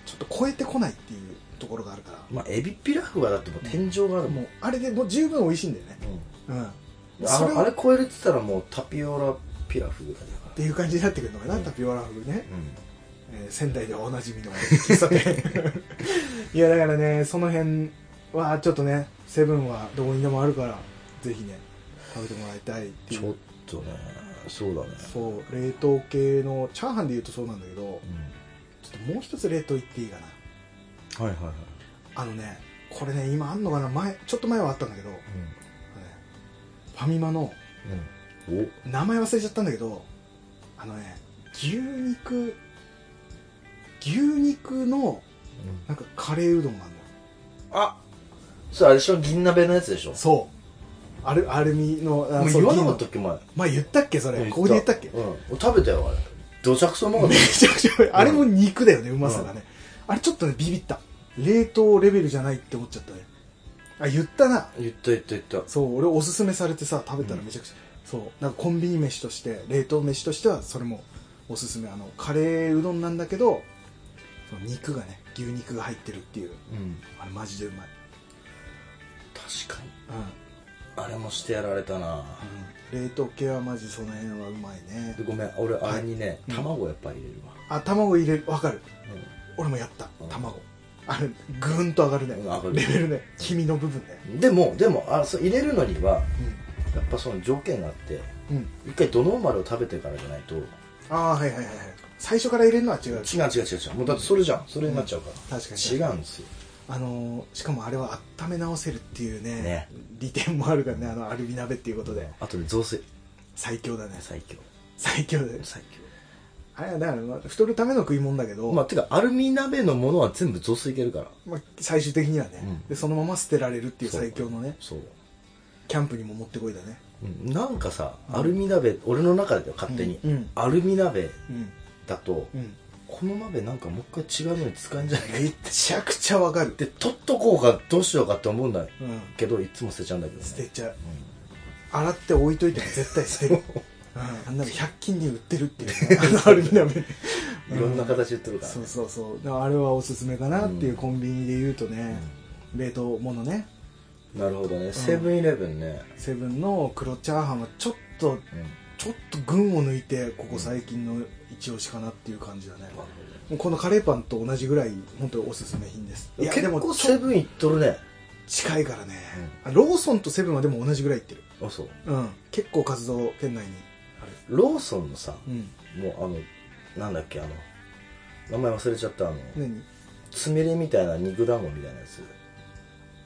S1: ちょっと超えてこないっていうところがあるから
S2: まあエビピラフはだってもう天井があるもん、
S1: もうあれでもう十分美味しいんだよねうん
S2: あ
S1: それ
S2: のあ
S1: を
S2: れ
S1: っ
S2: 超えるって言ったらもうタピオラピラフぐらいだか
S1: ていう感じになってくるのかな、タピオラフね
S2: ら、うん
S1: えー仙台ではおなじみの喫茶 店いやだからねその辺はちょっとねセブンはどこにでもあるからぜひね食べてもらいたいってい
S2: ちょ
S1: う
S2: っとねそうだね
S1: そう冷凍系のチャーハンで言うとそうなんだけど
S2: う
S1: ちょっともう一つ冷凍いっていいかなん
S2: はいはいはい、
S1: あのねこれね今あんのかな前ちょっと前はあったんだけど、ねファミマの
S2: うんうん、
S1: 名前忘れちゃったんだけどあのね牛肉牛肉のなんかカレーうどんがあるの
S2: おあそれあれでしょ銀鍋のやつでしょ
S1: そうアルアルミのあ
S2: もう
S1: そう
S2: 言わなかった
S1: 銀
S2: っけ前
S1: の前言ったっけそれここで言ったっけ
S2: うん俺食べたよあれどちゃくそもかっ
S1: め
S2: た
S1: ちゃくちゃうまいあれも肉だよねうまさがね、あれちょっとねビビった冷凍レベルじゃないって思っちゃったねあ言ったな
S2: 言った言った言った
S1: そう俺おすすめされてさ食べたらめちゃくちゃ、そうなんかコンビニ飯として冷凍飯としてはそれもおすすめあのカレーうどんなんだけどその肉がね牛肉が入ってるっていう
S2: うん
S1: あれマジでうまい、
S2: 確かに
S1: う
S2: あれもしてやられたな、
S1: んうん、冷凍系はマジその辺はうまいね
S2: でごめん俺あれにね、卵やっぱり入れるわ、
S1: あ卵入れるわかる
S2: うん
S1: 俺もやった
S2: うん
S1: 卵あれぐーんと上がるね
S2: うん上がる
S1: レベルね黄身の部分ね
S2: でもでもあそう入れるのにはやっぱその条件があって
S1: うん、うん、
S2: 一回ドノーマルを食べてからじゃないと違う
S1: ああはいはいはいはい最初から入れるのは違う
S2: 違う違う違うもうだってそれじゃんそれになっちゃうから、
S1: 確かに
S2: 違うんですよ
S1: あのーしかもあれは温め直せるっていうね
S2: ね
S1: 利点もあるからねあのアルミ鍋っていうことで
S2: あとで雑炊
S1: 最強だね
S2: 最強
S1: 最強だね
S2: 最
S1: あれはだからまあ太るための食い物だけど、
S2: 強まあてかアルミ鍋のものは全部雑炊いけるから
S1: まあ最終的にはね、
S2: うん
S1: でそのまま捨てられるっていう
S2: そう
S1: 最強のね
S2: そう、
S1: キャンプにも持ってこいだね
S2: うん、なんかさアルミ鍋、俺の中では勝手に、
S1: うんうん
S2: アルミ鍋
S1: うん
S2: だと、
S1: うん
S2: この鍋なんかもう一回違うのに使うんじゃないか
S1: めちゃくちゃわかる
S2: で取っとこうかどうしようかって思うんだ
S1: うん
S2: けどいつも捨てちゃうんだけど、ね、
S1: 捨てちゃう、洗って置いといても絶対捨てる、うん、あんなの100均に売ってるっていうねあのアルミ鍋
S2: いろんな形言ってるから、ね
S1: そうそうそうだからあれはおすすめかなっていう
S2: うん
S1: コンビニで言うとね、冷凍ものね
S2: なるほどねセブンイレブンね、
S1: セブンの黒チャーハンはちょっとちょっと群を抜いてここ最近の一押しかなっていう感じだね、
S2: なるほど
S1: このカレーパンと同じぐらい本当におすすめ品ですいやで
S2: 結
S1: も
S2: 構
S1: ちょ
S2: セブンいっとるね
S1: 近いからね、あローソンとセブンはでも同じぐらいいってる
S2: あそう
S1: うん結構活動圏内にある
S2: ローソンのさ、
S1: うん
S2: もうあのなんだっけあの名前忘れちゃったあの、
S1: 何
S2: つみれみたいな肉団子みたいなやつ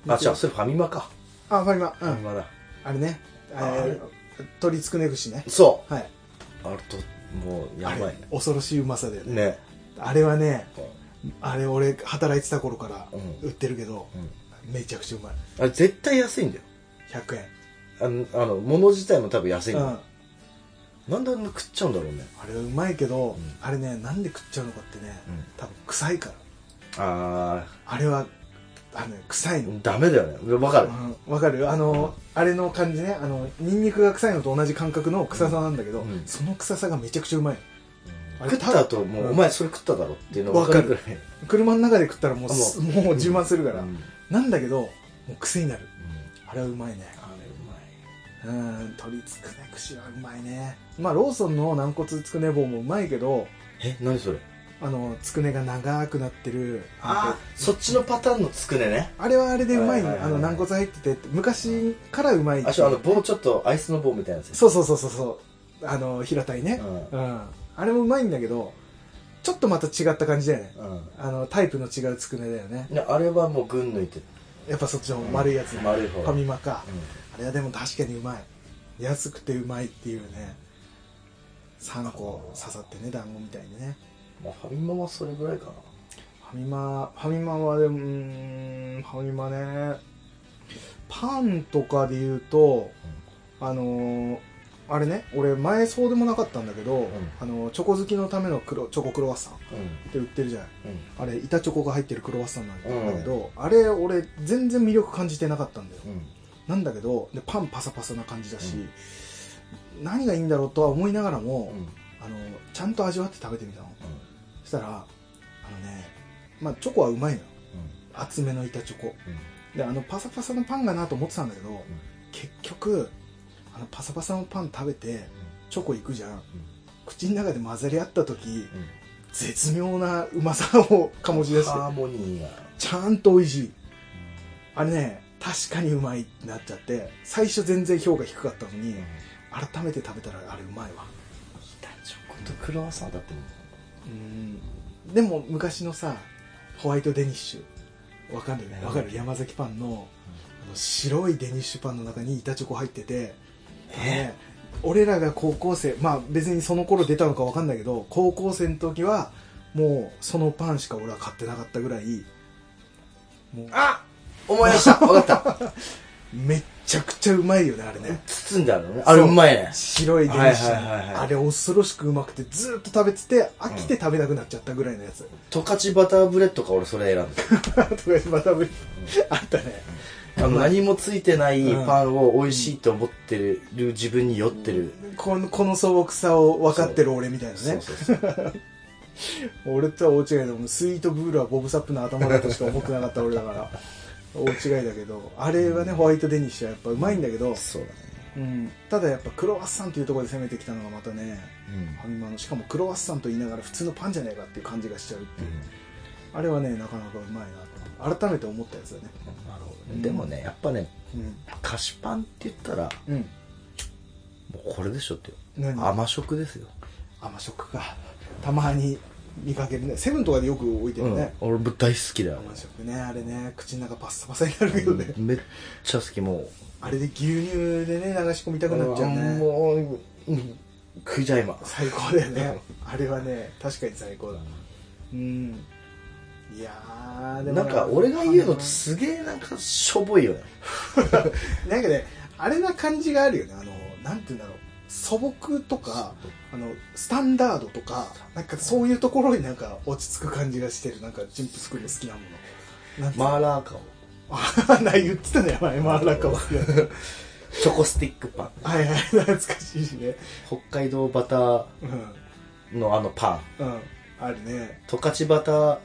S1: 肉
S2: あ違うそれファミマか、
S1: あファミマう
S2: ファミ
S1: ん
S2: マだ
S1: あれね
S2: ああれ
S1: 鳥つくね串ね
S2: そ
S1: はいう
S2: あれともうや
S1: あ
S2: ば
S1: れ
S2: い
S1: 恐ろしいうまさだよね
S2: ね
S1: あれはね
S2: うん
S1: あれ俺働いてた頃から
S2: うん
S1: 売ってるけど、
S2: うん
S1: めちゃくちゃうまい
S2: あれ絶対安いんだよ
S1: 100円
S2: あのあの物自体も多分安いん
S1: う
S2: だ
S1: ん
S2: よ、なんであんな食っちゃうんだろうね
S1: あれはうまいけど、
S2: ん
S1: あれねなんで食っちゃうのかってね、
S2: うん
S1: 多分臭いから
S2: あ
S1: あれはあのね臭いの
S2: ーダメだよねわかる、
S1: うんわかるあのあれの感じねあのニンニクが臭いのと同じ感覚の臭さなんだけど、
S2: うんうん
S1: その臭さがめちゃくちゃうまいあれ
S2: 食った後もう、
S1: うん
S2: お前それ食っただろっていうの分かるぐらい
S1: わ車の中で食ったらもう
S2: あ
S1: す
S2: も
S1: もう充満するから、
S2: うんうん
S1: なんだけどもう癖になる
S2: うん
S1: あれはうまいね
S2: あれうま
S1: うん鶏つくね串はうまいねまあローソンの軟骨つくね棒もうまいけど
S2: いえ何それ
S1: あのつくねが長くなってる
S2: あーそっちのパターンのつくねね
S1: あれはあれでうまい,、
S2: はいはいはいはい
S1: あの軟骨入ってて昔からうまい
S2: あそうあの棒ちょっとアイスの棒みたいなやつ
S1: そうそうそうそうそうあの平たいね
S2: う
S1: うん、あれもうまいんだけどちょっとまた違った感じだよね
S2: うん
S1: あのタイプの違うつくねだよね
S2: ねあれはもう群抜いてる
S1: やっぱそっちの丸いやつ、
S2: うん丸い方
S1: ファミマか、
S2: う
S1: あれはでも確かにうまい安くてうまいっていうね3個刺さってね団子みたいにね
S2: まあ、ファミマはそれぐらいかな
S1: ファミマファミマはでもうーんファミマねパンとかで言うと、あのーあれね俺前そうでもなかったんだけど、あのチョコ好きのための黒チョコクロワッサンっ
S2: う
S1: て売ってるじゃない
S2: ん
S1: あれ板チョコが入ってるクロワッサンなんだけど、あれ俺全然魅力感じてなかったんだよ、
S2: うん
S1: なんだけどでパンパサパサな感じだし、何がいいんだろうとは思いながらも、
S2: うん
S1: あのちゃんと味わって食べてみたのそしたらあのねまあチョコはうまいのよ厚めの板チョコであのパサパサのパンがなと思ってたんだけど、結局あのパサパサのパン食べてチョコいくじゃん、口の中で混ざり合った時絶妙なうまさを醸し出して
S2: ハーモニーが
S1: ちゃんと美味しいあれね確かにうまいってなっちゃって最初全然評価低かったのに改めて食べたらあれうまいわ
S2: 板チョコとクロワッサンだっても
S1: うんでも昔のさホワイトデニッシュわかんないねわかる山崎パンのあの白いデニッシュパンの中に板チョコ入ってて、あのね俺らが高校生まあ別にその頃出たのかわかんないけど高校生の時はもうそのパンしか俺は買ってなかったぐらいもう
S2: あ思い出した分かった
S1: めっちゃくちゃうまいよねあれね
S2: 包んであるのねあれうまいね
S1: 白い電子、
S2: はいはいはいはい
S1: あれ恐ろしくうまくてずーっと食べてて飽きて食べなくなっちゃったぐらいのやつ、
S2: 十勝バターブレッドか俺それ選んだ
S1: とかまたぶりあったね、
S2: あの何もついてない
S1: うん
S2: パンを美味しいと思ってる自分に酔ってる
S1: このこの素朴さを分かってる俺みたいな
S2: そう
S1: ね
S2: そうそう
S1: 俺とは大違いでもスイートブールはボブサップの頭だとしか思ってなかった俺だから大違いだけどあれはねホワイトデニッシュはやっぱうまいんだけど、
S2: そうだね
S1: うんただやっぱクロワッサンというところで攻めてきたのがまたね
S2: うん
S1: ファミマのしかもクロワッサンと言いながら普通のパンじゃないかっていう感じがしちゃうっていう、あれはねなかなかうまいなと改めて思ったやつだね
S2: なるほどねでもねやっぱね
S1: うん
S2: 菓子パンって言ったら
S1: うん
S2: もうこれでしょって
S1: 何
S2: 甘食ですよ、
S1: 甘食かたまに見かけるねセブンとかでよく置いてるね、
S2: 俺も大好きだよ
S1: 甘食ねあれね口の中パッサパサになるけどね、
S2: めっちゃ好きも
S1: あれで牛乳でね流し込みた
S2: う
S1: くなっちゃう
S2: うわ
S1: ね
S2: もううん食いちゃいます
S1: 最高だよねあれはね確かに最高だうんいやーでも
S2: なんか俺が言うのってすげえなんかしょぼいよね
S1: なんかねあれな感じがあるよねあのなんて言うんだろう素朴とかあのスタンダードとかなんかそういうところになんか落ち着く感じがしてるなんかチンプスクリーン好きなものなんて
S2: マーラーカオ
S1: あ な言ってたね前マーラカオ好きだね
S2: チョコスティックパン
S1: はいはい懐かしいしね
S2: 北海道バター
S1: うん
S2: のあのパン
S1: うんあるね
S2: 十勝バター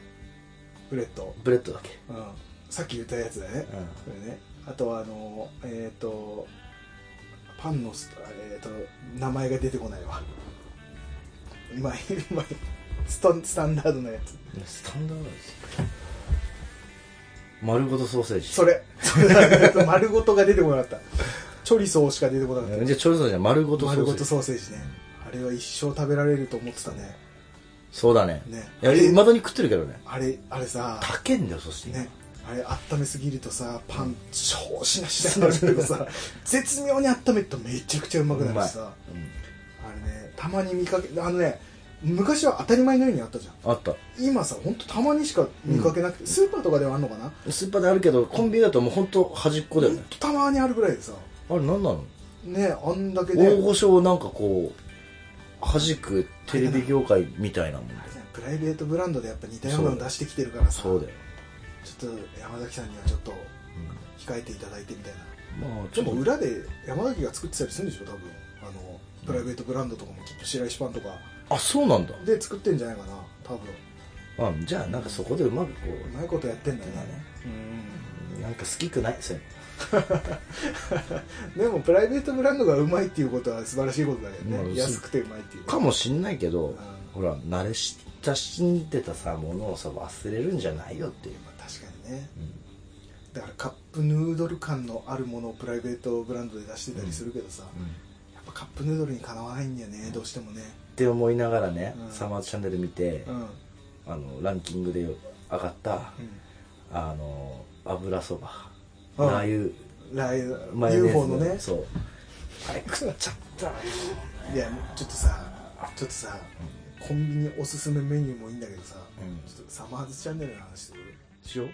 S1: ブレッド
S2: ブレッドだっけ、
S1: うんさっき言ったやつだねこれねあとはあのえっ、とパンのスえっ、と名前が出てこないわうまいうまいストンスタンダードなやつ
S2: スタンダードです丸ごとソーセージ
S1: それそれだと丸ごとが出てこなかったチョリソーしか出てこなかっ
S2: じゃあチョルソーじゃん丸ご
S1: た
S2: とソーセ
S1: 丸
S2: ージ
S1: ごとソーセージねあれは一生食べられると思ってたね
S2: そうだね
S1: ね
S2: いや
S1: え
S2: いまだに食ってるけどね
S1: あれあれさ
S2: 高いんだよそして、
S1: ねあれ温めすぎるとさパン超しなしになるけどさ絶妙に温めるとめちゃくちゃうまくなるしさ
S2: うん
S1: あれねたまに見かけあのね昔は当たり前のようにあったじゃん
S2: あった
S1: 今さほんとたまにしか見かけなくて、スーパーとかではあんのかな
S2: スーパーであるけどコンビニだともう本当端っこだよ
S1: ほん
S2: ね
S1: とたまにあるぐらいでさ
S2: あれ何なの
S1: ねあんだけね
S2: 大御所をなんかこう弾くテレビ業界みたいなもんだよ
S1: プライベートブランドでやっぱ似たようなの出してきてるからさ
S2: そうだよ、
S1: ちょっと山崎さんにはちょっと控えていただいてみたいな
S2: まあち
S1: ち
S2: ょ
S1: ょっ
S2: っと
S1: と裏で山崎が作ってたりするんでしょ多分あのプライベートブランドとかもきっと白石パンとか
S2: あそうなんだ、
S1: で作ってんじゃないかな多分
S2: まあ、じゃあなんかそこでうまくこ
S1: うまいことやってんだよ
S2: まあね
S1: ね
S2: うなんか好きくないそれ
S1: うんでもプライベートブランドがうまいっていうことは素晴らしいことだよね、
S2: まあそう
S1: 安くてうまいっていう
S2: かもしんないけど、
S1: うん
S2: ほら慣れ親しんでたさものをさ忘れるんじゃないよっていう
S1: まあ確かにね、だからカップヌードル感のあるものをプライベートブランドで出してたりするけどさ、やっぱカップヌードルにかなわないんだよねどうしてもね
S2: って思いながらね、
S1: うん
S2: サマーズチャンネル見て、
S1: うん、うん、
S2: あのランキングで上がった、あの油そば
S1: うん
S2: ラー
S1: ライ
S2: 油マヨネーズ
S1: UFO のね
S2: そうあれ食っちゃった
S1: いやちょっとさちょっとさ、コンビニおすすめメニューもいいんだけどさ、
S2: うん
S1: ちょっとサマーズチャンネルの話する
S2: しよう